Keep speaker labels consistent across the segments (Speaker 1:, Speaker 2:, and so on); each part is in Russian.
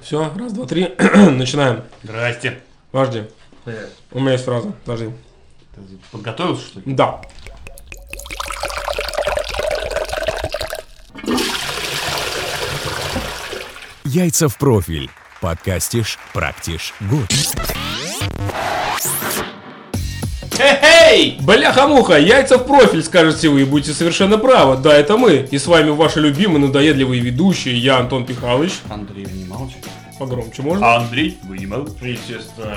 Speaker 1: Все, раз, два, три. Начинаем.
Speaker 2: Здрасте.
Speaker 1: Подожди. У меня есть фраза. Подожди.
Speaker 2: Ты подготовился, что ли?
Speaker 1: Да.
Speaker 3: Яйца в профиль. Подкастишь, практиш, год.
Speaker 2: Эй!
Speaker 1: Бляха-муха, яйца в профиль, скажете вы, и будете совершенно правы. Да, это мы. И с вами ваши любимые надоедливые ведущие. Я Антон Пихалыч.
Speaker 2: Андрей Внималович.
Speaker 1: Погромче
Speaker 4: А
Speaker 1: можно?
Speaker 2: Андрей Внималович.
Speaker 4: Естественно,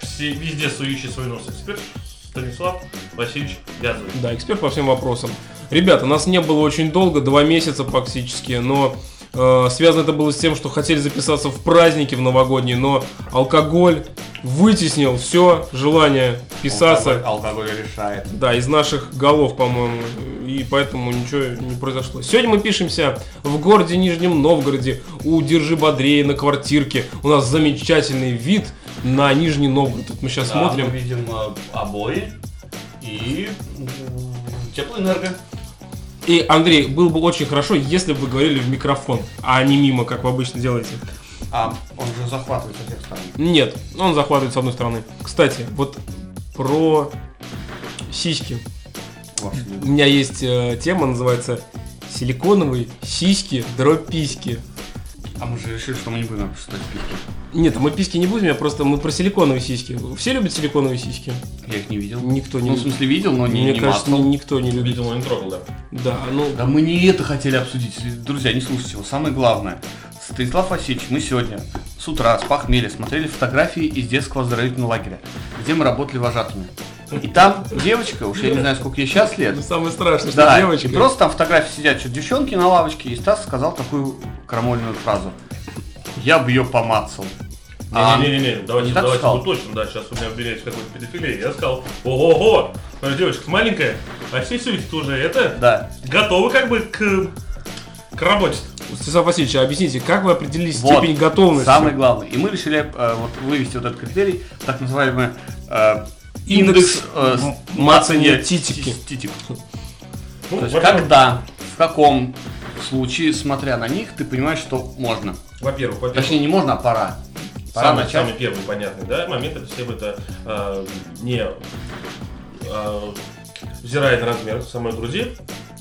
Speaker 4: все, везде сующий свой нос эксперт Станислав Васильевич Вязов.
Speaker 1: Да, эксперт по всем вопросам. Ребята, нас не было очень долго, два месяца практически, но э, связано это было с тем, что хотели записаться в праздники в новогодние, но алкоголь вытеснил все желание писаться.
Speaker 2: Алкоголь, алкоголь решает.
Speaker 1: Да, из наших голов, по-моему, и поэтому ничего не произошло. Сегодня мы пишемся в городе Нижнем Новгороде у Держи Бодрее на квартирке. У нас замечательный вид на Нижний Новгород. Тут мы сейчас
Speaker 2: Да, Мы
Speaker 1: смотрим.
Speaker 2: видим э, обои и м, теплоэнерго.
Speaker 1: И, Андрей, было бы очень хорошо, если бы вы говорили в микрофон, а не мимо, как вы обычно делаете.
Speaker 2: А он же захватывает со всех сторон.
Speaker 1: Нет, он захватывает с одной стороны. Кстати, вот про сиськи.
Speaker 2: Ваши
Speaker 1: У
Speaker 2: люди.
Speaker 1: меня есть э, тема, называется «Силиконовые сиськи дрописьки».
Speaker 2: А мы же решили, что мы не будем обсуждать письки.
Speaker 1: Нет, мы письки не будем, я просто мы про силиконовые сиськи. Все любят силиконовые сиськи?
Speaker 2: Я их не видел.
Speaker 1: Никто не
Speaker 2: Ну, в
Speaker 1: любит.
Speaker 2: смысле, видел, но не,
Speaker 1: Мне
Speaker 2: не
Speaker 1: кажется,
Speaker 2: маслом.
Speaker 1: ни- никто не любит.
Speaker 4: Видимо, не трогал, да.
Speaker 1: Да, ну,
Speaker 2: Да мы не это хотели обсудить. Друзья, не слушайте его. Самое главное. Станислав Васильевич, мы сегодня с утра с похмелья смотрели фотографии из детского оздоровительного лагеря, где мы работали вожатыми. И там девочка, уж я не знаю, сколько ей сейчас лет,
Speaker 1: ну, самое страшное, что
Speaker 2: да,
Speaker 1: девочки.
Speaker 2: и просто там фотографии сидят что девчонки на лавочке, и Стас сказал такую крамольную фразу. Я бы ее помацал. А,
Speaker 4: Не-не-не, давайте,
Speaker 2: не так
Speaker 4: давайте
Speaker 2: сказал?
Speaker 4: вот точно, да, сейчас у меня обвиняется какой-то педофилия. Я сказал, ого-го, э, девочка маленькая, а все сюрики уже это,
Speaker 2: А, Да.
Speaker 4: готовы как бы к, к работе.
Speaker 1: Стас Васильевич, а объясните, как вы определили
Speaker 2: Вот.
Speaker 1: степень готовности?
Speaker 2: Самое главное. И мы решили э, вот, вывести вот этот критерий, так называемый э,
Speaker 1: Индекс
Speaker 2: индекс э, с-
Speaker 1: м- мацания
Speaker 2: мацания
Speaker 1: титики.
Speaker 2: ти- титик.
Speaker 4: Ну,
Speaker 2: То есть
Speaker 4: во-первых-
Speaker 2: когда, в каком случае, смотря на них, ты понимаешь, что можно.
Speaker 4: Во-первых, во-первых,
Speaker 2: Точнее, не можно, а пора. Пора
Speaker 4: самый,
Speaker 2: начать.
Speaker 4: самый первый понятный да, момент, это всем это э, не э, взирая на размер самой груди,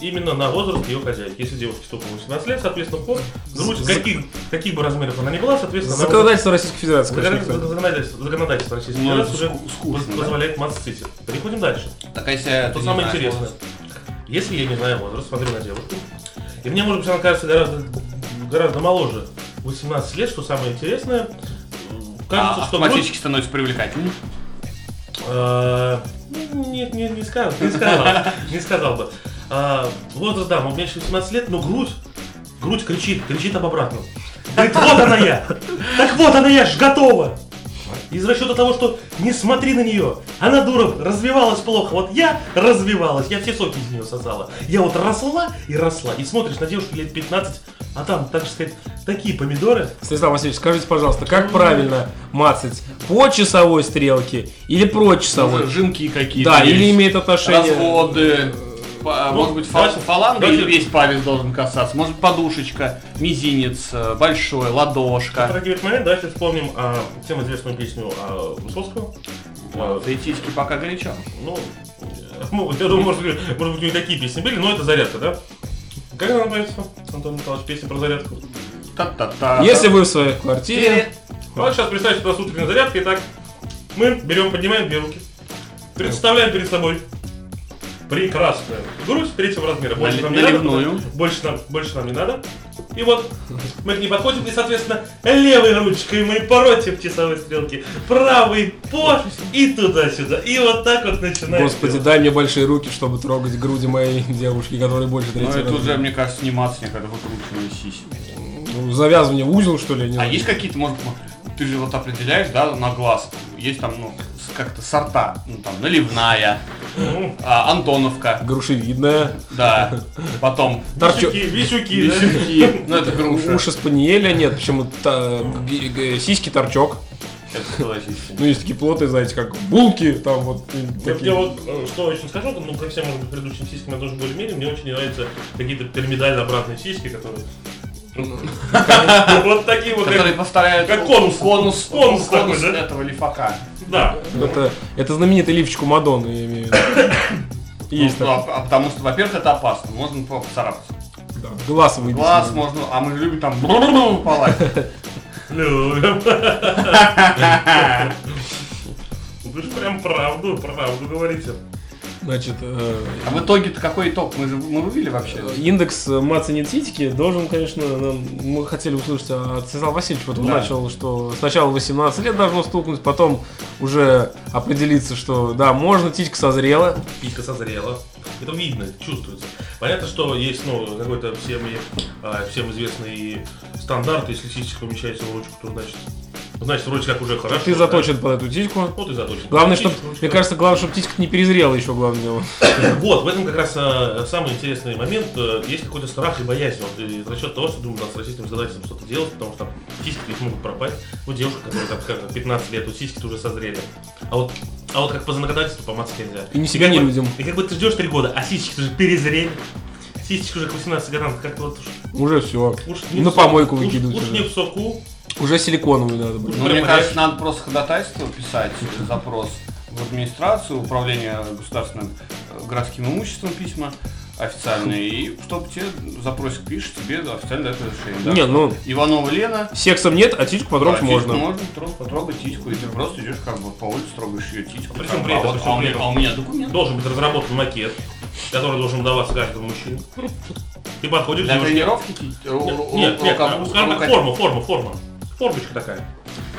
Speaker 4: именно на возраст ее хозяйки. Если девушке стукнуло 18 лет, соответственно, по грудь,
Speaker 1: За-
Speaker 4: каких, каких бы размеров она ни была, соответственно, она
Speaker 1: Законодательство Российской Федерации,
Speaker 4: Закон-
Speaker 1: конечно.
Speaker 4: закон-
Speaker 1: никто.
Speaker 4: Законодательство, законодательство Российской
Speaker 2: Ну,
Speaker 4: Федерации
Speaker 2: это
Speaker 4: уже
Speaker 2: ску- скучно,
Speaker 4: поз-
Speaker 2: да?
Speaker 4: позволяет мацить. Переходим дальше.
Speaker 2: Так, а если ты
Speaker 4: То
Speaker 2: не
Speaker 4: самое
Speaker 2: знаешь
Speaker 4: интересное.
Speaker 2: возраст?
Speaker 4: Если я не знаю возраст, смотрю на девушку, и мне, может быть, она кажется гораздо, гораздо моложе 18 лет, что самое интересное, м,
Speaker 2: А,
Speaker 4: кажется, что грудь
Speaker 2: автоматически становится привлекательным.
Speaker 4: Э, Нет, не, не сказал, не сказал, не сказал бы. Э, Возраст, да, у меня еще 18 лет, но грудь, грудь кричит, кричит об обратном. Говорит, вот она я, так вот она я, ж готова. Из расчета того, что не смотри на нее, она дура, развивалась плохо, вот я развивалась, я все соки из нее сосала. Я вот росла и росла, и смотришь на девушку лет 15, а там, так сказать, такие помидоры.
Speaker 1: Станислав Васильевич, скажите, пожалуйста, как правильно мацать? По часовой стрелке или про часовой?
Speaker 2: Жимки какие-то.
Speaker 1: Да,
Speaker 2: есть.
Speaker 1: или имеет отношение...
Speaker 2: Разводы. Па-
Speaker 4: Ну,
Speaker 2: э, может быть, фа-
Speaker 4: давайте-
Speaker 2: фаланга
Speaker 4: давайте-
Speaker 2: или весь палец должен касаться. Может быть, подушечка, мизинец, э, большой, ладошка.
Speaker 4: Дорогие момент, давайте вспомним а, всем известную песню а, Высоцкого. А,
Speaker 2: Да и сиськи пока горячо.
Speaker 4: Ну, э, ну, я думаю, может, быть, может быть, у них такие песни были, но это зарядка, да? Как она называется, Антон Николаевич, песня про зарядку?
Speaker 2: Та-та-та.
Speaker 1: Если вы в своей квартире...
Speaker 4: Ну, вот сейчас представьте, что у нас утренняя зарядка, итак, мы берем, поднимаем две руки, представляем перед собой прекрасную грудь третьего размера. Больше
Speaker 2: Нали-
Speaker 4: нам не надо,
Speaker 2: наливную.
Speaker 4: потому- больше, нам, больше нам не надо. И вот мы к ней подходим, и, соответственно, левой ручкой мы против часовой стрелки, правой по и туда-сюда. И вот так вот начинаем.
Speaker 1: Господи,
Speaker 4: делать.
Speaker 1: дай мне большие руки, чтобы трогать груди моей девушки, которая больше
Speaker 2: Ну,
Speaker 1: третьего.
Speaker 2: это уже, мне кажется, не мацание, когда выкручивание сиси.
Speaker 1: Ну, Завязывание в узел, что ли? не
Speaker 2: А
Speaker 1: знаю.
Speaker 2: есть какие-то, может, ну, ты же вот определяешь, да, на глаз. Есть там, ну, с- как-то сорта. Ну, там, наливная,
Speaker 4: Ну,
Speaker 2: а, Антоновка,
Speaker 1: Грушевидная.
Speaker 2: да. Потом
Speaker 1: Торчок.
Speaker 4: Висюки, висюки, да?
Speaker 2: висюки. Ну, это груша.
Speaker 1: Уши спаниеля нет, почему то сиськи торчок.
Speaker 2: Это согласись.
Speaker 1: Ну, есть такие плоты, знаете, как булки, там вот и
Speaker 4: Я,
Speaker 1: такие.
Speaker 4: я вот э, что очень скажу, ну, ко всем, может быть, предыдущим сиськам я тоже более-менее, мне очень нравятся какие-то пирамидально обратные сиськи, которые Вот такие вот.
Speaker 2: Которые поставляют
Speaker 4: Ну, как конус.
Speaker 2: конус,
Speaker 4: Конус такой, да?
Speaker 2: этого лифака.
Speaker 4: Да.
Speaker 1: Это, это знаменитый лифчик у Мадонны, я имею в виду. Есть
Speaker 2: Ну,
Speaker 1: такой.
Speaker 2: а- а потому что, во-первых, это опасно, можно по- поцарапаться.
Speaker 1: Да, Глаз выбить.
Speaker 2: Глаз можно, а мы же любим там брррррр полазить.
Speaker 4: Любим. Вы же Ну, прям правду, правду говорите.
Speaker 1: Значит, э,
Speaker 2: А в итоге-то какой итог? Мы же мы рулили вообще.
Speaker 1: индекс Маца нет ситики должен, конечно, нам- мы хотели услышать от Цезала Васильевича, вот он
Speaker 2: Да.
Speaker 1: начал, что сначала 18 лет должно стукнуть, потом уже определиться, что да, можно, титька созрела.
Speaker 4: Писька созрела. Это видно, чувствуется. Понятно, что есть, ну, какой-то всем, и- а, всем известный стандарт, если сисечка умещается в ручку, то значит, значит, вроде как уже хорошо.
Speaker 1: ты заточен под эту титьку.
Speaker 4: Вот и заточен.
Speaker 1: Главное, чтобы,
Speaker 4: Сисечка, ручка.
Speaker 1: мне кажется, главное, чтобы титька не перезрела еще, главное дело.
Speaker 4: Вот, в этом как раз э, самый интересный момент. Э, Есть какой-то страх и боязнь. Вот, и за счет того, что думаю, надо с российским законодательством что-то делать, потому что там сиськи их могут пропасть. Ну, девушка, которая, там, скажем, 15 лет, у сиськи уже созрели. А вот, а вот как по законодательству помацать нельзя.
Speaker 1: И не себя
Speaker 4: как
Speaker 1: не
Speaker 4: бы-
Speaker 1: людям.
Speaker 4: И как бы ты ждешь 3 года, а сиськи уже перезрели. Сиськи уже к 18 годам, как-то вот уж,
Speaker 1: Уже все.
Speaker 4: уж
Speaker 1: И на
Speaker 4: в соку,
Speaker 1: помойку
Speaker 4: уж-
Speaker 1: выкидывать
Speaker 4: Уж,
Speaker 1: уже.
Speaker 4: не в соку.
Speaker 1: Уже силиконовую надо будет.
Speaker 2: Ну, мне кажется, надо просто ходатайство писать, э, запрос в администрацию, управление государственным э, городским имуществом письма официальные, и чтоб тебе запросик пишет, тебе официально дают разрешение. да?
Speaker 1: Не, ну,
Speaker 2: Ivanova Лена,
Speaker 1: сексом нет, а титьку потрогать
Speaker 2: а, титьку
Speaker 1: можно.
Speaker 2: можно трог- потрогать титьку, и ты просто идешь как бы по улице, трогаешь ее титьку.
Speaker 4: Причем
Speaker 2: как бы,
Speaker 4: при этом,
Speaker 2: а, вот,
Speaker 4: причем
Speaker 2: а, у
Speaker 4: при
Speaker 2: меня,
Speaker 4: этом.
Speaker 2: а у меня документ.
Speaker 4: Должен быть разработан макет, который должен даваться каждому мужчине. Ты подходишь к
Speaker 2: Для
Speaker 4: девушке.
Speaker 2: тренировки тить- э, ру-
Speaker 4: Нет,
Speaker 2: ру-
Speaker 4: нет,
Speaker 2: рука-
Speaker 4: а, скажем так,
Speaker 2: рука-
Speaker 4: форма, форма, форма. Формочка такая.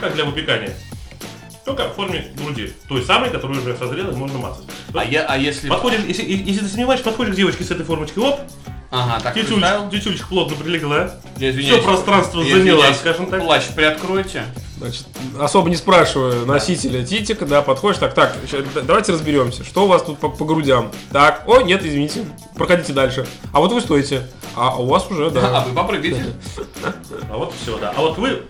Speaker 4: Как для выпекания. Только в форме груди. Той самой, которая уже созрела, и можно мацать.
Speaker 2: А, я, а если...
Speaker 4: Подходишь, если, и- если ты сомневаешься, подходишь к девочке с этой формочкой, оп,
Speaker 2: Ага, так представил?
Speaker 4: тетюлечка, тетюлечка плотно прилегла,
Speaker 2: Я
Speaker 4: все
Speaker 2: извиняюсь.
Speaker 4: пространство
Speaker 2: Я
Speaker 4: заняла,
Speaker 2: извиняюсь.
Speaker 4: скажем так.
Speaker 2: Плащ приоткройте.
Speaker 1: Значит, особо не спрашиваю носителя титик, да, подходишь, так, так, ща- д- давайте разберемся, что у вас тут по, по грудям. Так, о, нет, извините, проходите дальше. А вот вы стоите, а у вас уже,
Speaker 2: А
Speaker 1: да.
Speaker 2: вы попрыгайте.
Speaker 4: А вот все, да. А вот вы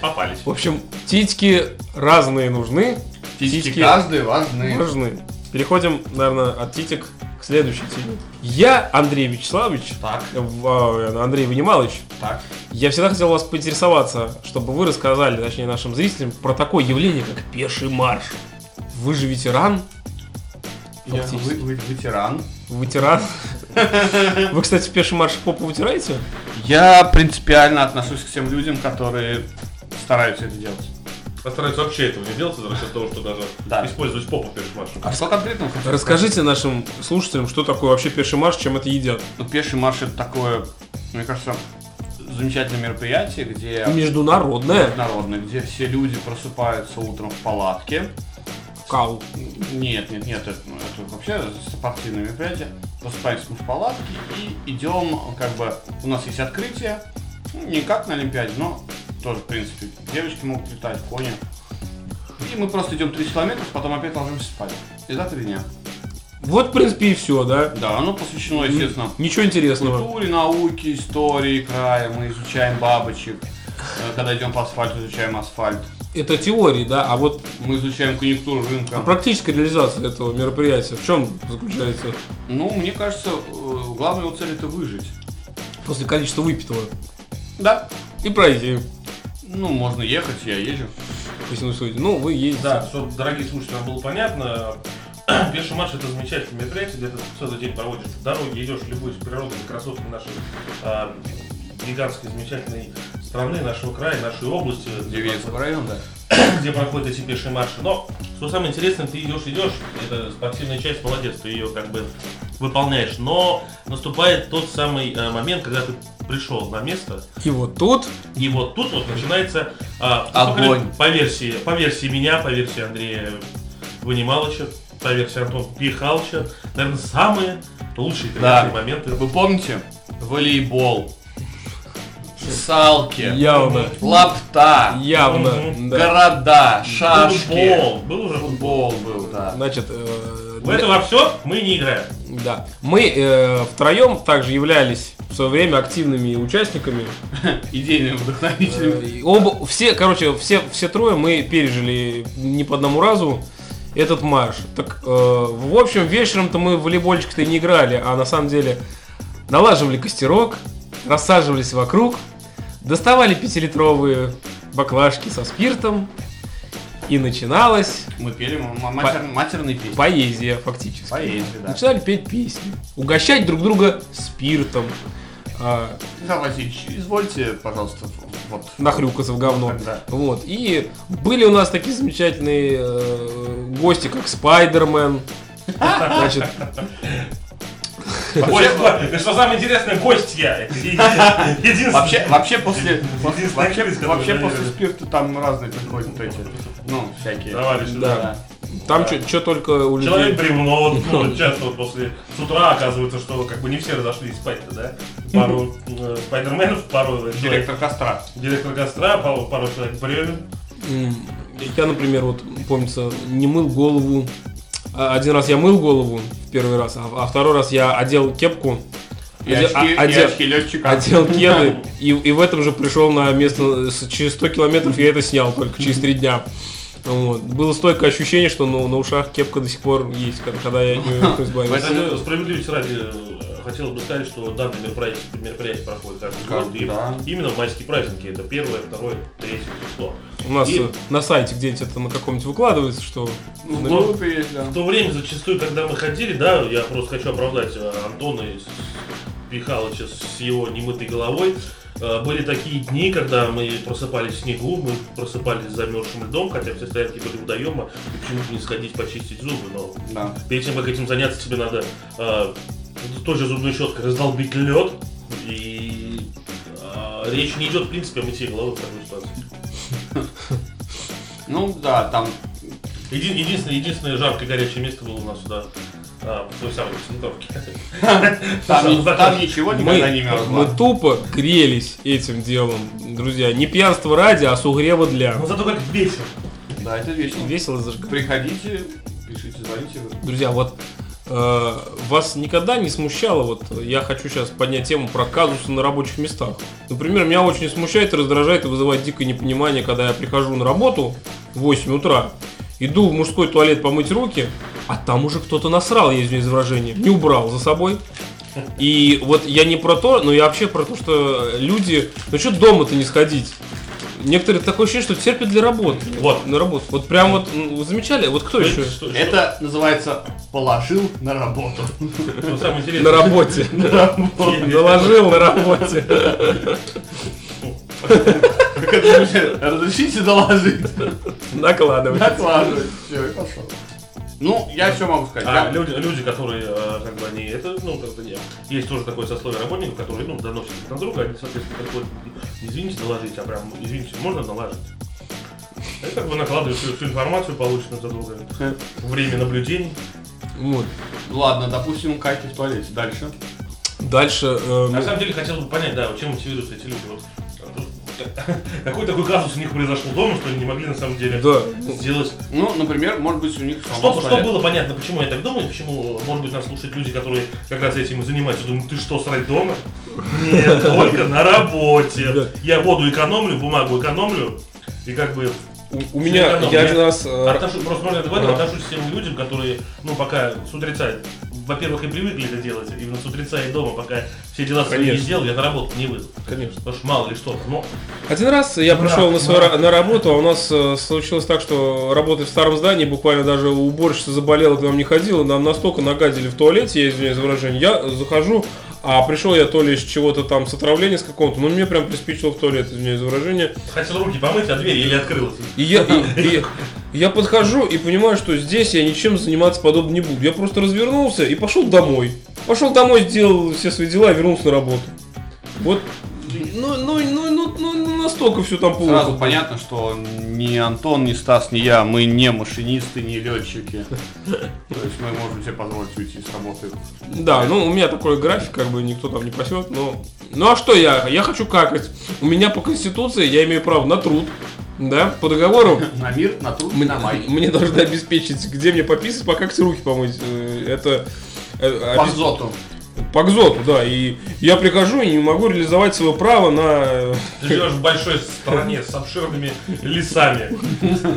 Speaker 4: попались.
Speaker 1: В общем, титьки разные нужны,
Speaker 2: Титьки
Speaker 1: Титьки.
Speaker 2: каждые важны.
Speaker 1: нужны. Переходим, наверное, от титик к следующей теме. Я, Андрей Вячеславович,
Speaker 2: Так,
Speaker 1: э, в- а, Андрей Ванималович,
Speaker 2: так.
Speaker 1: Я всегда хотел вас поинтересоваться, чтобы вы рассказали, точнее, нашим зрителям про такое явление, как пеший марш. Вы же ветеран,
Speaker 2: Я
Speaker 1: Фактически.
Speaker 2: вы- вы- ветеран.
Speaker 1: ветеран. Вы, кстати, в пеший марш попу вытираете?
Speaker 2: Я принципиально отношусь к тем людям, которые стараются это делать.
Speaker 4: Постараются вообще этого не делать, за счет того, что даже
Speaker 2: Да.
Speaker 4: использовать попу перед маршем.
Speaker 2: А что конкретно вы хотите
Speaker 1: Расскажите нашим слушателям, что такое вообще пеший марш, чем это едят.
Speaker 2: сказать? Ну, пеший марш это такое, мне кажется, замечательное мероприятие, где
Speaker 1: Международное.
Speaker 2: народное, где все люди просыпаются утром в палатке.
Speaker 1: Кау.
Speaker 2: Нет, нет, нет, это, ну, это вообще спортивное мероприятие. Просыпаемся мы в палатке и идем, как бы, у нас есть открытие, Ну, не как на Олимпиаде, но тоже, в принципе, девочки могут летать, кони. И мы просто идем 30 километров, потом опять ложимся спать. И за три дня.
Speaker 1: Вот, в принципе, и все, да?
Speaker 2: Да, оно посвящено, естественно,
Speaker 1: Ничего интересного.
Speaker 2: культуре, науке, истории края. Мы изучаем бабочек. Э, Когда идем по асфальту, изучаем асфальт.
Speaker 1: Это теории, да, а вот
Speaker 2: Мы изучаем конъюнктуру рынка.
Speaker 1: А практическая реализация этого мероприятия в чем заключается?
Speaker 2: Ну, мне кажется, э, главная его цель это выжить.
Speaker 1: После количества выпитого.
Speaker 2: Да,
Speaker 1: И пройти,
Speaker 2: Ну, можно ехать, я езжу.
Speaker 1: по всему суду. Ну, вы ездите.
Speaker 4: Да, чтобы, дорогие слушатели, вам было понятно, пеший марш это замечательное мероприятие, где ты целый день проводишь в дороге, идешь любуясь природой, красотами нашей а, гигантской, замечательной страны, нашего края, нашей области, где,
Speaker 2: Девятинский
Speaker 4: про-
Speaker 2: район, да.
Speaker 4: где проходят эти пешие марши. Но, что самое интересное, ты идешь, идешь, это спортивная часть, молодец, ты ее как бы выполняешь. Но наступает тот самый э, момент, когда ты пришел на место,
Speaker 1: И вот тут
Speaker 4: и вот тут вот начинается а,
Speaker 2: Огонь.
Speaker 4: сколько лет? По версии, по версии меня, по версии Андрея Ванималыча, по версии Антона Пихалыча, наверное, самые лучшие
Speaker 2: Да.
Speaker 4: да. моменты.
Speaker 2: Вы помните? Волейбол. Салки.
Speaker 1: явно.
Speaker 2: Лапта.
Speaker 1: Явно,
Speaker 4: Мгм.
Speaker 1: да.
Speaker 2: Города. Шашки.
Speaker 4: Футбол. Был уже футбол.
Speaker 2: Футбол был, да.
Speaker 1: Значит, э,
Speaker 4: В это во все мы не играем.
Speaker 1: да. Мы втроем также являлись в свое время активными участниками.
Speaker 2: Идейным вдохновителем.
Speaker 1: И Оба, все, короче, все, все трое мы пережили не по одному разу этот марш. Так, э, в общем, вечером-то мы в волейбольчик-то и не играли, а на самом деле налаживали костерок, рассаживались вокруг, доставали пятилитровые баклажки со спиртом, и начиналась
Speaker 2: Мы пели м- м- матер- матерные песни.
Speaker 1: поэзия фактически.
Speaker 2: Поездили, да.
Speaker 1: Начинали петь песни, угощать друг друга спиртом, а,
Speaker 2: Станислав Васильевич, извольте, пожалуйста, вот.
Speaker 1: нахрюкаться в говно.
Speaker 2: Да.
Speaker 1: Вот. И были у нас такие замечательные э, гости, как Спайдермен. Значит,
Speaker 4: Гость- гость- Что самое интересное, гость я. Это еди- единственный.
Speaker 2: Вообще, вообще после, после-
Speaker 4: Единственная
Speaker 2: вообще,
Speaker 4: актриса,
Speaker 2: вообще
Speaker 4: которая,
Speaker 2: после спирта там разные приходят эти, ну всякие.
Speaker 4: Товарищи,
Speaker 1: да. Там что только у людей.
Speaker 4: Человек бревно, вот, ну, вот часто вот после с утра оказывается, что как бы не все разошлись спать-то, да? Пару э, спайдерменов, пару э, человек,
Speaker 2: Директор костра.
Speaker 4: директор костра, пару, пару человек бревен.
Speaker 1: М, Я, например, вот помнится, не мыл голову. А, Один раз я мыл голову в первый раз, а а второй раз я одел кепку,
Speaker 2: И
Speaker 1: Оде-
Speaker 2: очки,
Speaker 1: а-
Speaker 2: и
Speaker 1: одел-
Speaker 2: очки летчика.
Speaker 1: одел кеды, и, и в этом же пришел на место с- через 100 километров, я это снял только через три дня. Вот. Было стойкое ощущение, что ну, на ушах кепка до сих пор есть, когда- когда я от нее избавился.
Speaker 4: Поэтому справедливости ради э, хотелось бы сказать, что данное мероприятие, мероприятие проходит каждый
Speaker 2: Как-
Speaker 4: год, и
Speaker 2: да.
Speaker 4: именно в майские праздники. Это первое, второе, третье число.
Speaker 1: У нас
Speaker 4: И-
Speaker 1: э, на сайте где-нибудь это на каком-нибудь выкладывается, что
Speaker 2: Ну,
Speaker 1: на-
Speaker 2: в группе есть, да.
Speaker 4: В то время зачастую, когда мы ходили, да, я просто хочу оправдать э, Антона и с- Михалыча с его немытой головой, э, были такие дни, когда мы просыпались в снегу, мы просыпались с замерзшим льдом, хотя все стоянки были водоема, и почему-то не сходить почистить зубы, но
Speaker 2: Да.
Speaker 4: перед тем, как этим заняться, тебе надо э, той же зубной щеткой раздолбить лед, и э, речь не идет, в принципе, о мытье головы в такой ситуации.
Speaker 2: Ну да, там
Speaker 4: Еди- единственное, единственное жаркое горячее место было у нас сюда, а, в той самой Центровке.
Speaker 2: там, ни-
Speaker 4: Заказ.
Speaker 2: там ничего никогда не
Speaker 1: мы
Speaker 2: мерзло.
Speaker 1: тупо грелись этим делом, друзья. Не пьянство ради, а сугрева для.
Speaker 4: Ну зато как весело.
Speaker 2: Да, это вечно.
Speaker 1: Весело зажигать.
Speaker 2: Приходите, пишите, звоните.
Speaker 1: Друзья, вот э, вас никогда не смущало, вот я хочу сейчас поднять тему про казусы на рабочих местах. Например, меня очень смущает, раздражает и вызывает дикое непонимание, когда я прихожу на работу в 8 утра, иду в мужской туалет помыть руки, а там уже кто-то насрал, я извиняюсь за выражение, не убрал за собой. И вот я не про то, но я вообще про то, что люди, ну что дома-то не сходить? Некоторые такое ощущение, что терпят для работы.
Speaker 4: Вот.
Speaker 1: На работу. Вот прям вот, м, вы замечали? Вот кто еще?
Speaker 4: Что- что-
Speaker 2: Это называется положил на работу.
Speaker 4: что самое
Speaker 1: На
Speaker 4: интересное.
Speaker 1: работе. Заложил на работе.
Speaker 2: Как это вообще? Разрешите доложить.
Speaker 1: Накладывай.
Speaker 2: Накладывать. Все, и пошел. Ну, я что могу сказать?
Speaker 4: А
Speaker 2: Я-
Speaker 4: люди, люди, которые, э, как бы они, это, ну, как бы, нет. есть тоже такое сословие работников, которые, ну, доносят друг на друга, они, соответственно, приходят, извините, доложить, а прям, извините, можно доложить? И как бы накладывают всю, всю информацию, полученную за долгое
Speaker 1: Хм.
Speaker 4: время наблюдений.
Speaker 1: Вот.
Speaker 2: Ладно, допустим, Катя в туалете. Дальше.
Speaker 1: Дальше. э,
Speaker 4: На
Speaker 1: ну,
Speaker 4: самом деле, хотелось бы понять, да, чем мотивируются эти люди. Вот, э, какой такой казус у них произошел дома, что они не могли, на самом деле,
Speaker 1: Да.
Speaker 4: сделать
Speaker 2: Ну, например, может быть, у них сломался
Speaker 4: Что, что
Speaker 2: туалет.
Speaker 4: было понятно, почему я так думаю, почему, может быть, нас слушают люди, которые как раз этим и занимаются, думают, ты что, срать дома? Нет, только на
Speaker 1: Да.
Speaker 4: работе. Я воду экономлю, бумагу экономлю, и как бы...
Speaker 1: У у меня,
Speaker 4: Всё
Speaker 1: я
Speaker 4: экономно.
Speaker 1: один раз... э,
Speaker 4: Отношу, просто можно говорю,
Speaker 1: Ага.
Speaker 4: отношусь к тем людям, которые, ну, пока с утреца, во-первых, и привыкли это делать, именно с утреца и дома, пока все дела свои не
Speaker 1: Конечно.
Speaker 4: сделал, я на работу не выйду.
Speaker 1: Конечно.
Speaker 4: Потому что мало ли что там. Ну,
Speaker 1: Один раз я
Speaker 4: Мрак,
Speaker 1: пришел на, свою
Speaker 4: мрак.
Speaker 1: ра- на работу, а у нас э, случилось так, что работать в старом здании, буквально даже уборщица заболела, к нам не ходила, нам настолько нагадили в туалете, я извиняюсь за выражение, я захожу, а пришел я то ли из чего-то там, с отравления с какого-то, ну мне прям приспичило в туалет, извиняюсь за выражение,
Speaker 4: хотел руки помыть, а дверь еле открылась.
Speaker 1: И я, и- и я- я подхожу и понимаю, что здесь я ничем заниматься подобным не буду. Я просто развернулся и пошел домой. Пошел домой, сделал все свои дела и вернулся на работу. Вот. Ну, ну, ну, ну, ну, ну, настолько все там плохо.
Speaker 2: Сразу понятно, что ни Антон, ни Стас, ни я, мы не машинисты, не летчики. То есть мы можем себе позволить уйти с работы.
Speaker 1: Да, ну у меня такой график, как бы никто там не пасет, но. Ну а что я? Я хочу какать. У меня по конституции я имею право на труд. Да, по договору
Speaker 2: На мир, на труд,
Speaker 1: мне,
Speaker 2: на май.
Speaker 1: мне должны обеспечить, где мне пописать, пока все руки помыть. Э, Это. э,
Speaker 2: По
Speaker 1: обе-
Speaker 2: зоту.
Speaker 1: По экзоту, да. И я прихожу и не могу реализовать свое право на... э,
Speaker 4: Ты живешь в большой стране с обширными лесами.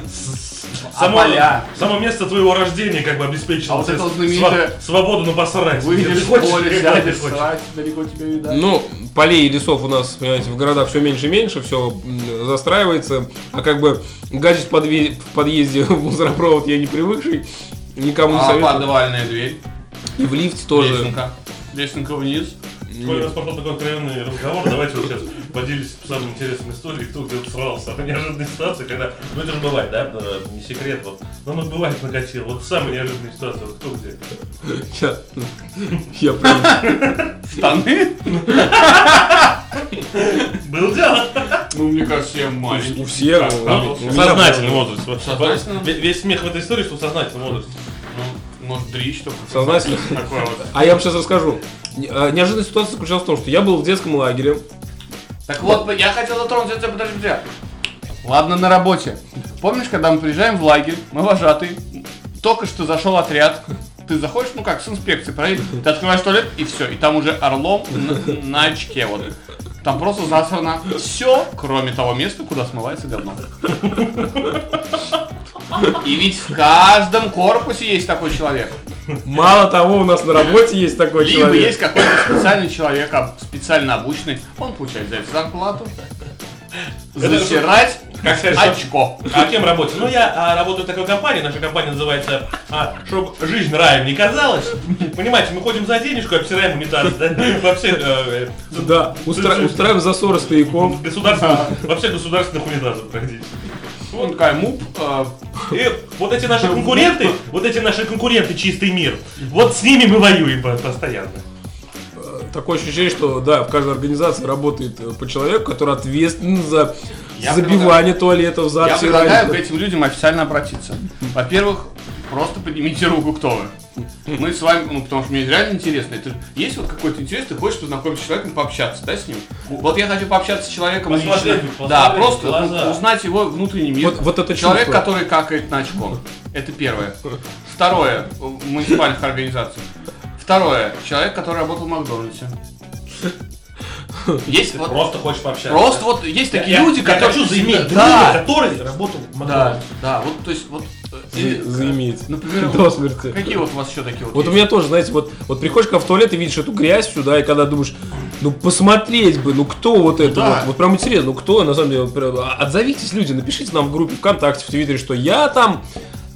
Speaker 4: С- с-
Speaker 2: А поля?
Speaker 4: само место твоего рождения как бы обеспечило
Speaker 2: А вот
Speaker 4: тебе
Speaker 2: это вот
Speaker 4: сва-
Speaker 2: знаменитое-
Speaker 4: свободу на посрать. Где
Speaker 2: Выйдешь
Speaker 4: ты
Speaker 2: в поле,
Speaker 4: хочешь, когда ты
Speaker 2: сядешь,
Speaker 4: хочешь.
Speaker 2: срать, далеко тебя видать.
Speaker 1: Ну, полей и лесов у нас, понимаете, в городах все меньше и меньше, все застраивается. А как бы гадить в, подве- в подъезде в мусоропровод я не привыкший. Никому не
Speaker 2: А ну,
Speaker 1: советую.
Speaker 2: подвальная дверь,
Speaker 1: И в лифте тоже.
Speaker 2: лесенка, лесенка вниз.
Speaker 4: Коль у нас пошел такой откровенный разговор, давайте вот сейчас поделись самой интересной историей, кто где-то срал, самая неожиданная ситуация, когда, ну это же бывает, да, э, не секрет, вот, но ну бывает накатил, вот самая неожиданная ситуация, вот кто где.
Speaker 1: Я, я прям...
Speaker 2: Штаны?
Speaker 4: Был дело.
Speaker 2: Ну, мне кажется, я
Speaker 1: У всех. Ну,
Speaker 2: там,
Speaker 1: у
Speaker 2: в
Speaker 1: меня
Speaker 4: Ну, сознательный возраст. вот.
Speaker 2: Сознательно?
Speaker 4: Ве- Весь смех в этой истории, что в сознательном возрасте.
Speaker 2: Ну, может, три, что ли?
Speaker 1: Сознательно.
Speaker 2: Такое вот.
Speaker 1: А я вам сейчас расскажу. Не- а, Неожиданная ситуация заключалась в том, что я был в детском лагере.
Speaker 2: Так вот, я хотел затронуть это, подожди, подожди. Ладно, на работе. Помнишь, когда мы приезжаем в лагерь, мы вожатые, только что зашел отряд, ты заходишь, ну как, с инспекции, проверить, ты открываешь туалет, и все, и там уже орлом на, на очке вот. Там просто засрано все, кроме того места, куда смывается говно. И ведь в каждом корпусе есть такой человек.
Speaker 1: Мало того, у нас на работе есть такой
Speaker 2: Либо
Speaker 1: человек.
Speaker 2: есть какой-то специальный человек, об- специально обученный, он получает за это зарплату. Засирать очко.
Speaker 4: А кем работаешь? Ну, я а, работаю в такой компании, наша компания называется а, «Чтоб жизнь раем не казалась». Понимаете, мы ходим за денежку, обсираем унитаз, да? Во все, э, э,
Speaker 1: Да, устра- устраиваем засоры стояков.
Speaker 4: государственных, во всех государственных унитазах практически.
Speaker 2: Он такая муп. э,
Speaker 4: И вот эти наши конкуренты, вот эти наши конкуренты «Чистый мир», вот с ними мы воюем по- постоянно.
Speaker 1: Такое ощущение, что да, в каждой организации работает э, по человеку, который ответственен за
Speaker 2: Я
Speaker 1: забивание туалетов, за
Speaker 2: Я предлагаю к
Speaker 1: обсирание.
Speaker 2: этим людям официально обратиться. Во-первых, просто поднимите руку, кто вы. Мы с вами, ну потому что мне реально интересно. Это, же- есть вот какой-то интерес, ты хочешь познакомиться с человеком, пообщаться, да, с ним? Вот я хочу пообщаться с человеком
Speaker 4: Посмотреть,
Speaker 2: лично.
Speaker 4: посмотреть
Speaker 2: Да,
Speaker 4: в
Speaker 2: просто ну,
Speaker 4: глаза.
Speaker 2: узнать его внутренний мир.
Speaker 1: Вот- вот это
Speaker 2: Человек,
Speaker 1: чувство.
Speaker 2: который какает на очко. Это первое. Второе, в муниципальных организаций. Второе, человек, который работал в Макдональдсе. Есть вот,
Speaker 4: Просто хочешь пообщаться.
Speaker 2: просто вот есть такие
Speaker 4: Я-
Speaker 2: люди,
Speaker 4: я
Speaker 2: которые...
Speaker 4: хочу заиметь
Speaker 2: Да,
Speaker 4: друга, который работал в
Speaker 2: да,
Speaker 4: Макдональдсе.
Speaker 2: да, вот, то есть, вот... э, или,
Speaker 1: За- Заиметь.
Speaker 2: Например,
Speaker 1: До смерти.
Speaker 2: Какие вот у вас еще такие вот
Speaker 1: Вот у
Speaker 2: есть?
Speaker 1: меня тоже, знаете, вот, вот приходишь когда в туалет и видишь эту грязь сюда, и когда думаешь, ну посмотреть бы, ну кто вот это
Speaker 2: Да.
Speaker 1: вот, вот прям интересно, ну кто, на самом деле, вот прям, а- отзовитесь, люди, напишите нам в группе ВКонтакте, в Твиттере, что я там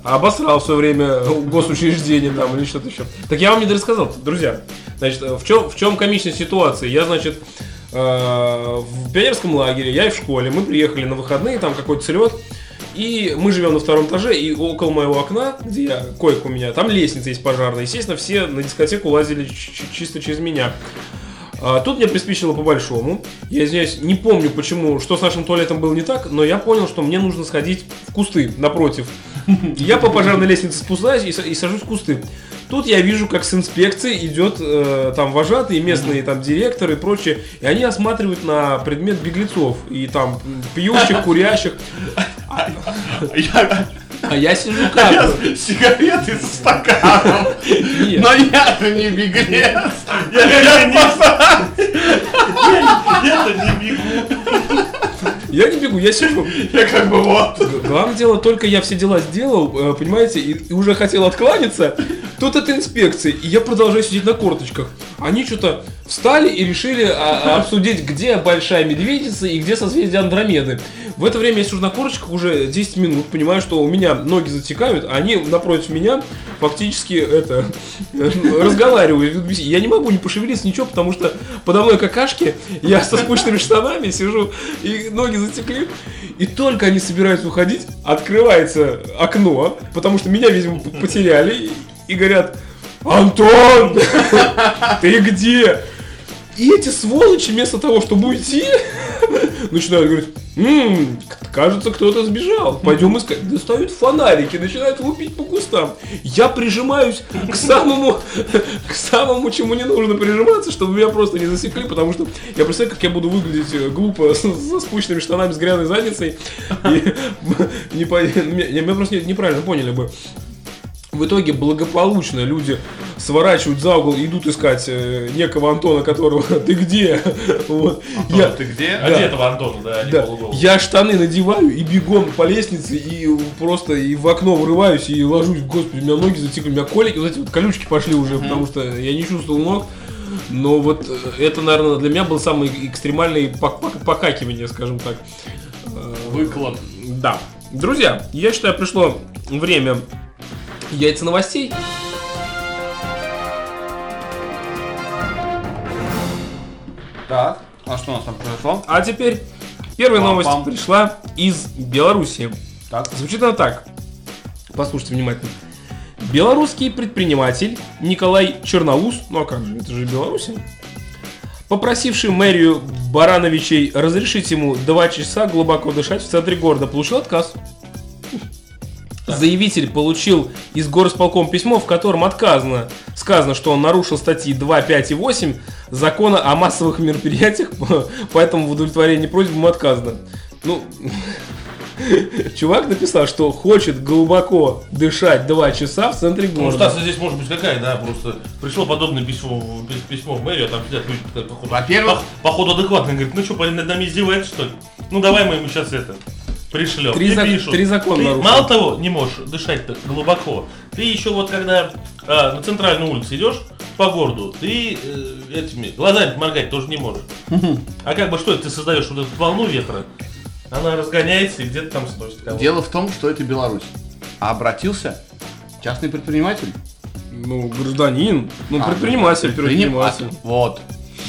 Speaker 1: обосрал в свое время госучреждение там или что-то еще. Так я вам не дорассказал, друзья. Значит, э, в чем, в чем комичная ситуация? Я, значит, э, в пионерском лагере, я и в школе, мы приехали на выходные, там какой-то слет, и мы живем на втором этаже, и около моего окна, где я, койка у меня, там лестница есть пожарная. Естественно, все на дискотеку лазили ч- ч- чисто через меня. А, тут мне приспичило по-большому. Я извиняюсь, не помню, почему, что с нашим туалетом было не так, но я понял, что мне нужно сходить в кусты напротив. Я по пожарной лестнице спускаюсь и, с- и сажусь в кусты. Тут я вижу, как с инспекции идет э, там вожатые, местные там директоры и прочее, и они осматривают на предмет беглецов и там м, пьющих, курящих.
Speaker 2: Я-
Speaker 1: А я сижу как?
Speaker 2: я
Speaker 1: бы.
Speaker 2: с- сигареты со стаканом.
Speaker 1: Нет.
Speaker 2: Но я-то не беглец.
Speaker 4: Я не- Я-то не бегу.
Speaker 1: Я не бегу, я сижу.
Speaker 2: Я как бы вот.
Speaker 1: Г- Главное дело, только я все дела сделал, э, понимаете, и, и уже хотел откланяться. Тут это инспекции, и я продолжаю сидеть на корточках. Они что-то встали и решили а, а, обсудить, где большая медведица и где созвездие Андромеды. В это время я сижу на корточках уже 10 минут, понимаю, что у меня ноги затекают, а они напротив меня фактически это э, разговаривают. ведут беседу. Я не могу не пошевелиться, ничего, потому что подо мной какашки, я со спущенными штанами сижу, и ноги затекли. И только они собираются уходить, открывается окно, потому что меня, видимо, п- потеряли, и- и говорят, Антон, ты где? И эти сволочи, вместо того, чтобы уйти, начинают говорить, «М, к- кажется, кто-то сбежал, пойдем искать. Достают фонарики, начинают лупить по кустам. Я прижимаюсь к самому, к самому, чему не нужно прижиматься, чтобы меня просто не засекли, потому что я представляю, как я буду выглядеть э, глупо с- со спущенными штанами, с грязной задницей. И не по- меня меня просто не- неправильно поняли бы. В итоге благополучно люди сворачивают за угол, идут искать э, некого Антона, которого ты где? Вот. Я-
Speaker 2: Ты где?
Speaker 1: Да.
Speaker 4: Одетого А Антона, да, не
Speaker 1: да.
Speaker 4: полуголого.
Speaker 1: Я штаны надеваю и бегом по лестнице, и просто и в окно врываюсь, и ложусь, господи, у меня ноги затекли, у меня колики, вот эти вот колючки пошли уже, потому что я не чувствовал ног. Но вот э, это, наверное, для меня был самый экстремальный пок- пок- покакивание, скажем так. Э,
Speaker 2: Выклад.
Speaker 1: Да. Друзья, я считаю, пришло время яйца новостей.
Speaker 2: Так. А что у нас там произошло?
Speaker 1: А теперь первая
Speaker 2: Пам-пам.
Speaker 1: новость пришла из Белоруссии.
Speaker 2: Так.
Speaker 1: Звучит она так. Послушайте внимательно. Белорусский предприниматель Николай Черноус, ну а как же, это же Беларусь, попросивший мэрию Барановичей разрешить ему два часа глубоко дышать в центре города, получил отказ. Заявитель получил из горосполком письмо, в котором отказано. Сказано, что он нарушил статьи 2, 5 и 8 закона о массовых мероприятиях, поэтому в удовлетворении просьбы ему отказано. Ну, чувак написал, что хочет глубоко дышать 2 часа в центре
Speaker 4: Ну,
Speaker 1: города.
Speaker 4: Стаса здесь может быть какая, да, просто пришло подобное письмо, в- пи- письмо в мэрию, а там сидят люди, которые, походу,
Speaker 2: Во-первых-
Speaker 4: по- походу адекватные, говорят, ну что, парень над нами издевается, что ли? Ну давай мы ему сейчас это, пришлем.
Speaker 1: Три
Speaker 4: И
Speaker 1: зак-
Speaker 4: пишут.
Speaker 1: три закона
Speaker 4: Ты,
Speaker 1: нарушил.
Speaker 4: Мало того, не можешь дышать так глубоко, ты еще вот когда а, на центральную улицу идешь по городу, ты э, этими глазами моргать тоже не можешь. А как бы что это, ты создаешь вот эту волну ветра, она разгоняется и где-то там сносит кого-то.
Speaker 2: Дело в том, что это Беларусь. А обратился частный предприниматель.
Speaker 1: Ну, гражданин, ну,
Speaker 2: А,
Speaker 1: предприниматель,
Speaker 2: предприним-
Speaker 1: предприниматель.
Speaker 2: а, Вот.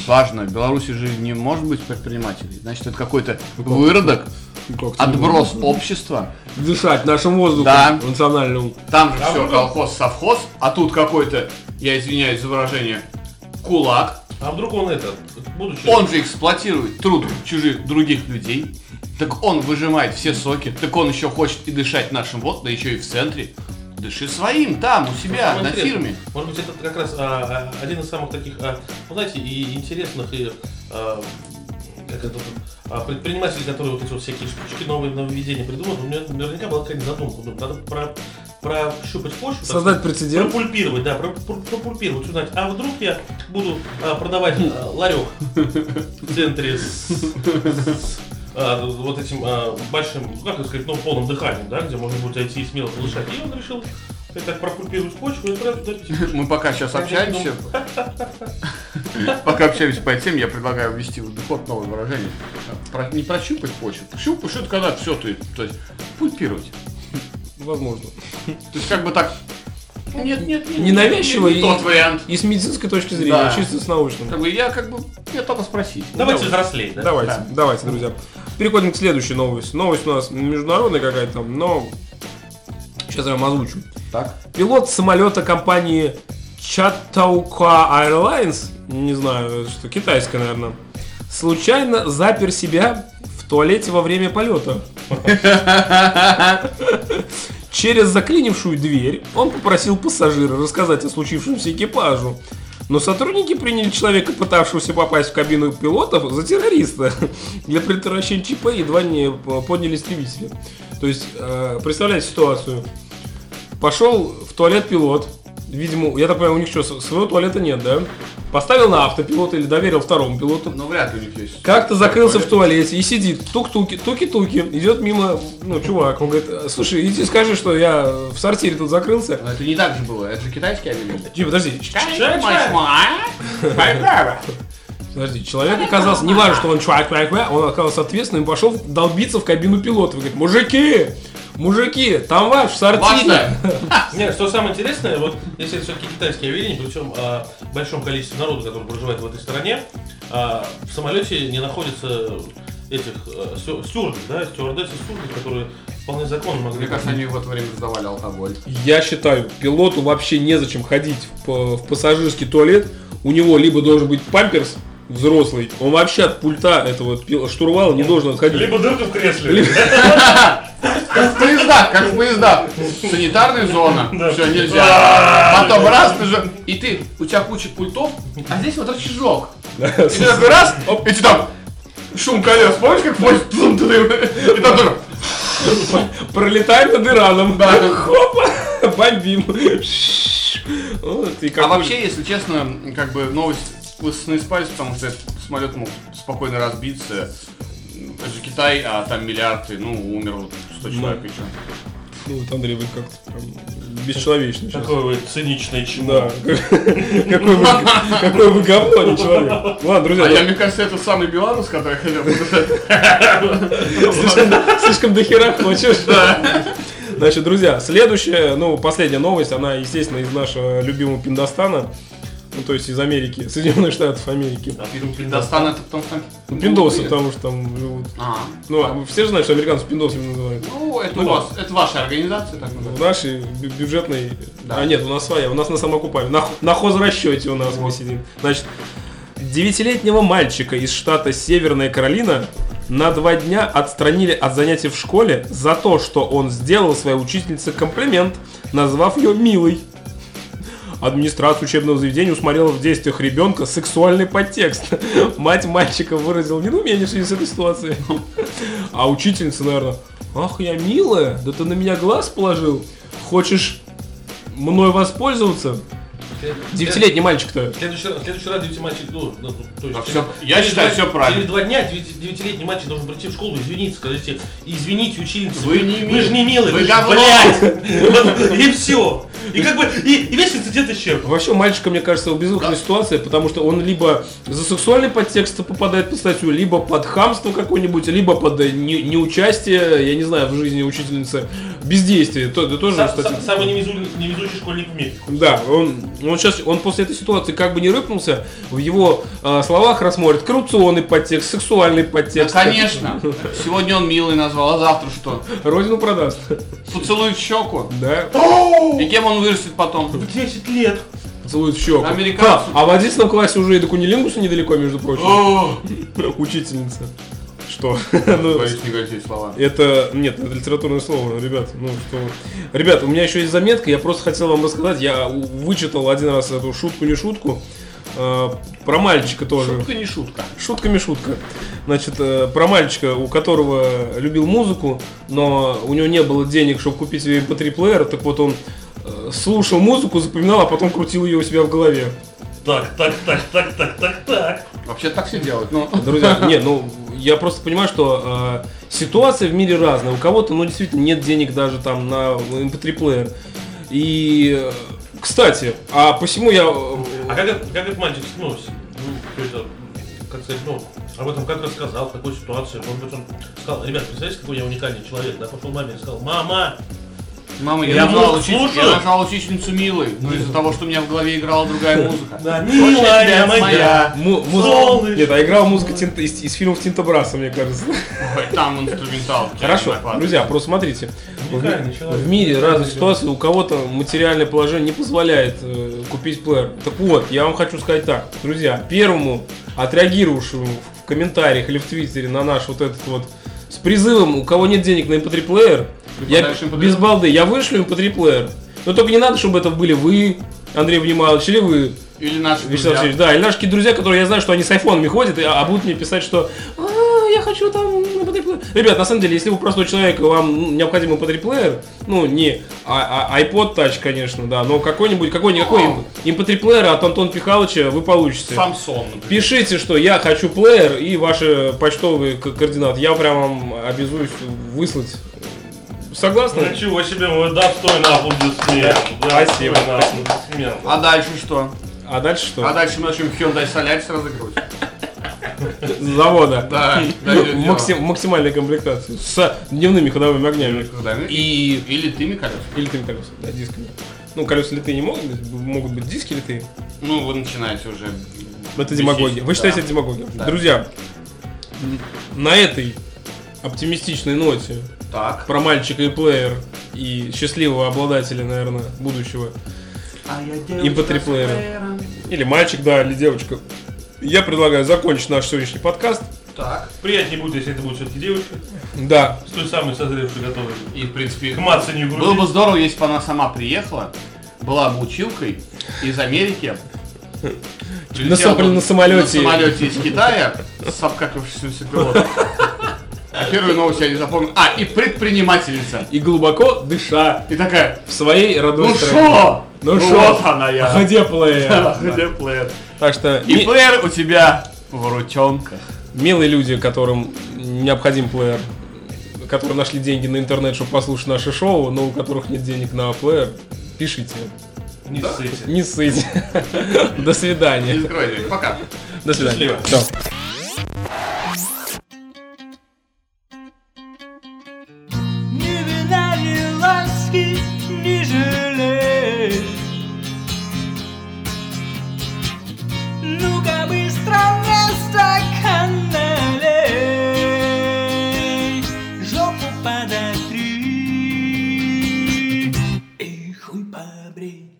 Speaker 2: Важно. В Беларуси же не может быть предпринимателей. Значит, это какой-то выродок,
Speaker 1: Ну, как-то
Speaker 2: отброс общества.
Speaker 1: Дышать нашим воздухом
Speaker 2: Да.
Speaker 1: национальным.
Speaker 2: Там же
Speaker 4: Там
Speaker 2: все
Speaker 4: выродок.
Speaker 2: колхоз, совхоз, а тут какой-то, я извиняюсь за выражение, кулак.
Speaker 4: А вдруг он это, будучи...
Speaker 2: Он же эксплуатирует труд чужих других людей. Так он выжимает все соки. Так он еще хочет и дышать нашим вот, да еще и в центре. Дыши своим там, у себя,
Speaker 4: Самое
Speaker 2: на
Speaker 4: интересное.
Speaker 2: фирме.
Speaker 4: Может быть, это как раз а, а, один из самых таких, а, ну, знаете, и интересных, и а, как это, а, предпринимателей, которые вот эти вот всякие штучки, новые нововведения придумывают, у меня наверняка была какая-нибудь задумка. Ну, Надо про, прощупать почву. так
Speaker 1: Создать
Speaker 4: сказать,
Speaker 1: прецедент.
Speaker 4: Пропульпировать, да, про- про- пропульпировать, узнать, а вдруг я буду а, продавать а, ларек в центре с, с, а, вот этим а, большим, ну, как это сказать, ну, полным дыханием, да, где можно будет зайти и смело получать. И он решил так, так пропульпировать почву и сразу туда пить.
Speaker 2: Мы пока сейчас общаемся. Пока общаемся по этой теме, я предлагаю ввести в доход новое выражение. Про- не прощупать почву. Щупаешь, это когда все ты, то есть, пульпировать.
Speaker 1: Возможно.
Speaker 2: То есть, как бы так, нет, нет, нет.
Speaker 1: Ненавязчиво
Speaker 2: не
Speaker 1: и-
Speaker 2: тот вариант.
Speaker 1: И с медицинской точки зрения,
Speaker 2: Да.
Speaker 1: а чисто с
Speaker 2: Как
Speaker 1: научным.
Speaker 2: бы я как бы, я только спросить.
Speaker 4: Давайте взрослее, да?
Speaker 1: Давайте,
Speaker 2: Да.
Speaker 1: давайте, друзья. Переходим к следующей новости. Новость у нас международная какая-то, там, но сейчас я вам озвучу.
Speaker 2: Так.
Speaker 1: Пилот самолета компании Chattawka Airlines, не знаю, что китайская, наверное, случайно запер себя в туалете во время полета. Через заклинившую дверь он попросил пассажира рассказать о случившемся экипажу. Но сотрудники приняли человека, пытавшегося попасть в кабину пилотов, за террориста. Для предотвращения ЧП едва не п- подняли истребители. То есть, э, представляете ситуацию. Пошел в туалет пилот. Видимо, я так понимаю, у них что, с- своего туалета нет, да? Поставил на автопилот или доверил второму пилоту.
Speaker 2: Ну, вряд ли у них есть.
Speaker 1: Как-то закрылся в туалете и сидит. Тук-туки, туки-туки. Идет мимо, ну, чувак. Он говорит, «Э, слушай, иди скажи, что я в сортире тут закрылся.
Speaker 2: Но это не так же было, это же китайский авиалин.
Speaker 1: Не, подожди, ч- ч-
Speaker 2: Как
Speaker 1: подожди. Человек оказался, не важно, что он чувак, чувак, чувак, он оказался ответственным и пошел долбиться в кабину пилота. Говорит, мужики, мужики, там ваш в сортире.
Speaker 2: Важно.
Speaker 4: Нет, что самое интересное, вот если это все-таки китайские авиалинии, причем а, в большом количестве народа, который проживает в этой стране, а, в самолете не находится этих э, стю- стюардов, да, стюардесс и стюардов, которые вполне законно могли
Speaker 2: Мне
Speaker 4: бы-
Speaker 2: кажется, они в это время раздавали алкоголь.
Speaker 1: Я считаю, пилоту вообще незачем ходить в, па- в пассажирский туалет. У него либо должен быть памперс взрослый, он вообще от пульта этого пил- штурвала не должен отходить.
Speaker 4: Либо дырка в кресле.
Speaker 2: Как в поездах, как в поездах. Санитарная зона, все нельзя. Потом раз, ты же, и ты, у тебя куча пультов, а здесь вот рычажок. И ты такой раз, оп, и ты там, шум колес, помнишь, как поезд, Тум, ты- ты- и там тоже,
Speaker 1: Пролетает над Ираном.
Speaker 2: Да.
Speaker 1: Хопа! Бомбим. Вот, и как
Speaker 2: А
Speaker 1: бы-
Speaker 2: вообще, если честно, как бы новость высосана из пальца, потому что этот самолет мог спокойно разбиться. Это же Китай, а там миллиарды, ну, умерло 100 человек и чё.
Speaker 1: Ну, вот, Андрей, вы как-то прям бесчеловечно сейчас.
Speaker 4: Какое вы циничное чмо.
Speaker 1: Да. Какой вы, какой вы говно, не человек. Ладно, друзья,
Speaker 2: А я, мне кажется, это самый белорус, который я хотел показать.
Speaker 1: слишком, слишком дохера хочешь. Значит, друзья, следующая, ну, последняя новость, она, естественно, из нашего любимого Пиндостана. Ну, то есть из Америки, Соединенных Штатов Америки.
Speaker 4: А фильм «Пиндостан».
Speaker 2: Пиндостан это потому что...
Speaker 1: Ну, Пиндосы, потому что там живут.
Speaker 2: А,
Speaker 1: Ну, а все же знают, что американцев пиндосами называют.
Speaker 2: ну, это
Speaker 1: Ну
Speaker 2: у
Speaker 1: да.
Speaker 2: вас, это ваша организация, так
Speaker 1: В
Speaker 2: называется.
Speaker 1: нашей бю- бюджетной...
Speaker 2: Да.
Speaker 1: А нет, у нас своя, у нас на самоокупаемом. На, на хозрасчете у нас мы сидим. Значит, девятилетнего мальчика из штата Северная Каролина на два дня отстранили от занятий в школе за то, что он сделал своей учительнице комплимент, назвав ее «милой». Администрация учебного заведения усмотрела в действиях ребенка сексуальный подтекст. Мать мальчика выразила недоумение в связи с этой ситуацией. А учительница, наверное, ах, я милая, да ты на меня глаз положил. Хочешь мной воспользоваться? Девятилетний мальчик-то.
Speaker 4: В Следующий, раз- в следующий раз девяти мальчик должен. ну, то есть
Speaker 2: А
Speaker 4: через-
Speaker 2: всё- я считаю,
Speaker 4: два-
Speaker 2: всё правильно.
Speaker 4: Через два дня девяти- девятилетний мальчик должен прийти в школу и извиниться, сказать тебе, извините, учительница,
Speaker 2: Вы не
Speaker 4: вы же не милые,
Speaker 2: вы
Speaker 4: вы же,
Speaker 2: говно!»
Speaker 4: блядь. И все. И как бы, и, и весь инцидент исчерпан.
Speaker 1: Вообще, у мальчика, мне кажется, безумная
Speaker 2: Да.
Speaker 1: ситуация, потому что он либо за сексуальный подтекст попадает под статью, либо под хамство какое-нибудь, либо под э, не- неучастие, я не знаю, в жизни учительницы, бездействие. То, это тоже,
Speaker 4: Сам-
Speaker 1: кстати,
Speaker 4: сам- Самый невезу- невезучий школьник в мире.
Speaker 1: Да, он, он сейчас, он после этой ситуации как бы не рыпнулся, в его э, словах рассмотрят коррупционный подтекст, сексуальный
Speaker 2: Да,
Speaker 1: подтекст.
Speaker 2: конечно. Сегодня он милый назвал, а завтра что?
Speaker 1: Родину продаст.
Speaker 2: Поцелует в щеку.
Speaker 1: Да,
Speaker 2: И кем он вырастет потом?
Speaker 4: 10 лет.
Speaker 1: целует в щеку.
Speaker 2: Американцу.
Speaker 1: А, а в 11 классе уже и до кунилингуса недалеко, между прочим.
Speaker 2: О,
Speaker 1: Учительница. Что? Ну,
Speaker 2: Боюсь не говорить эти слова.
Speaker 1: Это, нет, это литературное слово, ребят, ну что... вы. Ребят, у меня еще есть заметка, я просто хотел вам рассказать, я у- вычитал один раз эту шутку-не шутку, э, про мальчика тоже.
Speaker 2: Шутка не шутка.
Speaker 1: Шутками шутка. Значит, э, про мальчика, у которого любил музыку, но у него не было денег, чтобы купить себе mp3 плеер, так вот он э, слушал музыку, запоминал, а потом крутил ее у себя в голове.
Speaker 4: Так, так, так, так, так, так, так.
Speaker 2: Вообще так все делают, но...
Speaker 1: Друзья, не, ну, я просто понимаю, что э, ситуация в мире разная. У кого-то, ну, действительно, нет денег даже там на mp3 плеер. И, э, кстати, а посему я... э,
Speaker 4: А как, этот- как этот мальчик ну, с- ну, то есть, а, как сказать, ну, об этом как рассказал, в какой ситуации, может быть, он сказал, ребят, представляете, какой я уникальный человек, да, пошел маме и сказал, мама,
Speaker 2: Мама, я,
Speaker 4: Я
Speaker 2: назвал,
Speaker 4: мог
Speaker 2: учи-
Speaker 4: слушать.
Speaker 2: я назвал учительницу милой, но из-за того, что у меня в голове играла другая музыка.
Speaker 4: Да, милая
Speaker 2: Очень, блядь,
Speaker 4: моя.
Speaker 1: му- музы-
Speaker 4: Солнышко.
Speaker 1: Нет, а играл музыка Тинта- из, из фильмов Тинта Брасса, мне кажется.
Speaker 2: Ой, Там инструментал.
Speaker 1: Хорошо,
Speaker 2: Накладывай.
Speaker 1: друзья, просто смотрите. В,
Speaker 4: Уникальный
Speaker 1: ми-
Speaker 4: человек.
Speaker 1: в мире разные
Speaker 4: Уникальный
Speaker 1: ситуации, у кого-то материальное положение не позволяет э, купить плеер. Так вот, я вам хочу сказать так, друзья, первому отреагировавшему в комментариях или в Твиттере на наш вот этот вот с призывом, у кого нет денег на mp3 плеер, я,
Speaker 2: подаешь MP3?
Speaker 1: без балды, я вышлю mp3 плеер. Но только не надо, чтобы это были вы, Андрей Внималович, или вы,
Speaker 2: Или наши
Speaker 1: Вячеслав
Speaker 2: друзья.
Speaker 1: Алексеевич, да, или наши какие-то друзья, которые я знаю, что они с айфонами ходят, и- а будут мне писать, что «А, я хочу там MP3 плеер». Ребят, на самом деле, если вы простой человек, и вам ну, необходим mp плеер, ну, не а- а- iPod Touch, конечно, да, но какой-нибудь, какой-никакой
Speaker 2: Ну.
Speaker 1: mp плеер от Антона Пихалыча вы получите.
Speaker 2: Самсон, например.
Speaker 1: Пишите, что я хочу плеер и ваши почтовые к- координаты. Я прям вам обязуюсь выслать. Согласны?
Speaker 4: ничего себе, вы достойно аплодисмент.
Speaker 1: Спасибо.
Speaker 4: достойно аплодисмент.
Speaker 2: А дальше что?
Speaker 1: А дальше что?
Speaker 2: А дальше мы начнем Hyundai Solaris разыгрывать.
Speaker 1: Завода. Ну,
Speaker 2: Да, дальше дело.
Speaker 1: Максим- максимальная комплектация. С дневными ходовыми огнями.
Speaker 2: Да, ну и-
Speaker 1: И
Speaker 2: Или ты, Михаил.
Speaker 1: и литыми колесами, да, дисками. Ну, колеса литые не могут быть, могут быть диски литые.
Speaker 2: Ну, вы начинаете уже.
Speaker 1: Но это демагогия. Вы считаете это
Speaker 2: Да.
Speaker 1: демагогия.
Speaker 2: Да.
Speaker 1: Друзья, на этой оптимистичной ноте
Speaker 2: Так.
Speaker 1: про мальчика и плеер и счастливого обладателя, наверное, будущего, mp3 плеера, или мальчик, да, или девочка, я предлагаю закончить наш сегодняшний подкаст.
Speaker 2: Так.
Speaker 4: Приятнее будет, если это будет все-таки девочка,
Speaker 1: Да,
Speaker 4: с той самой созревшей, готовой
Speaker 2: И, в принципе,
Speaker 4: к мацанию груди.
Speaker 2: Было бы здорово, если бы она сама приехала, была бы училкой из Америки. прилетела
Speaker 1: сопли
Speaker 2: бы
Speaker 1: на самолете.
Speaker 2: На самолете из Китая с обкакавшимся пилотом. А Первую новость я не запомнил. А, и предпринимательница.
Speaker 1: И глубоко дыша
Speaker 2: И такая,
Speaker 1: в своей родной
Speaker 2: ну
Speaker 1: стране.
Speaker 2: шо?
Speaker 1: Ну шо?
Speaker 2: Вот она я.
Speaker 1: Где плеер?
Speaker 2: Где плеер?
Speaker 1: Так что,
Speaker 2: И
Speaker 1: ми-
Speaker 2: плеер у тебя в ручонках.
Speaker 1: милые люди, которым необходим плеер, которые нашли деньги на интернет, чтобы послушать наше шоу, но у которых нет денег на плеер, пишите.
Speaker 4: Не ссыте.
Speaker 1: Не ссыте. До
Speaker 2: Не
Speaker 1: свидания.
Speaker 2: закрывай дверь. Пока.
Speaker 1: До свидания.
Speaker 4: Счастливо.
Speaker 1: Всё.
Speaker 5: Небе на ласки не жалей Ну-ка быстро на стакан налей Жопу подотри И хуй побрей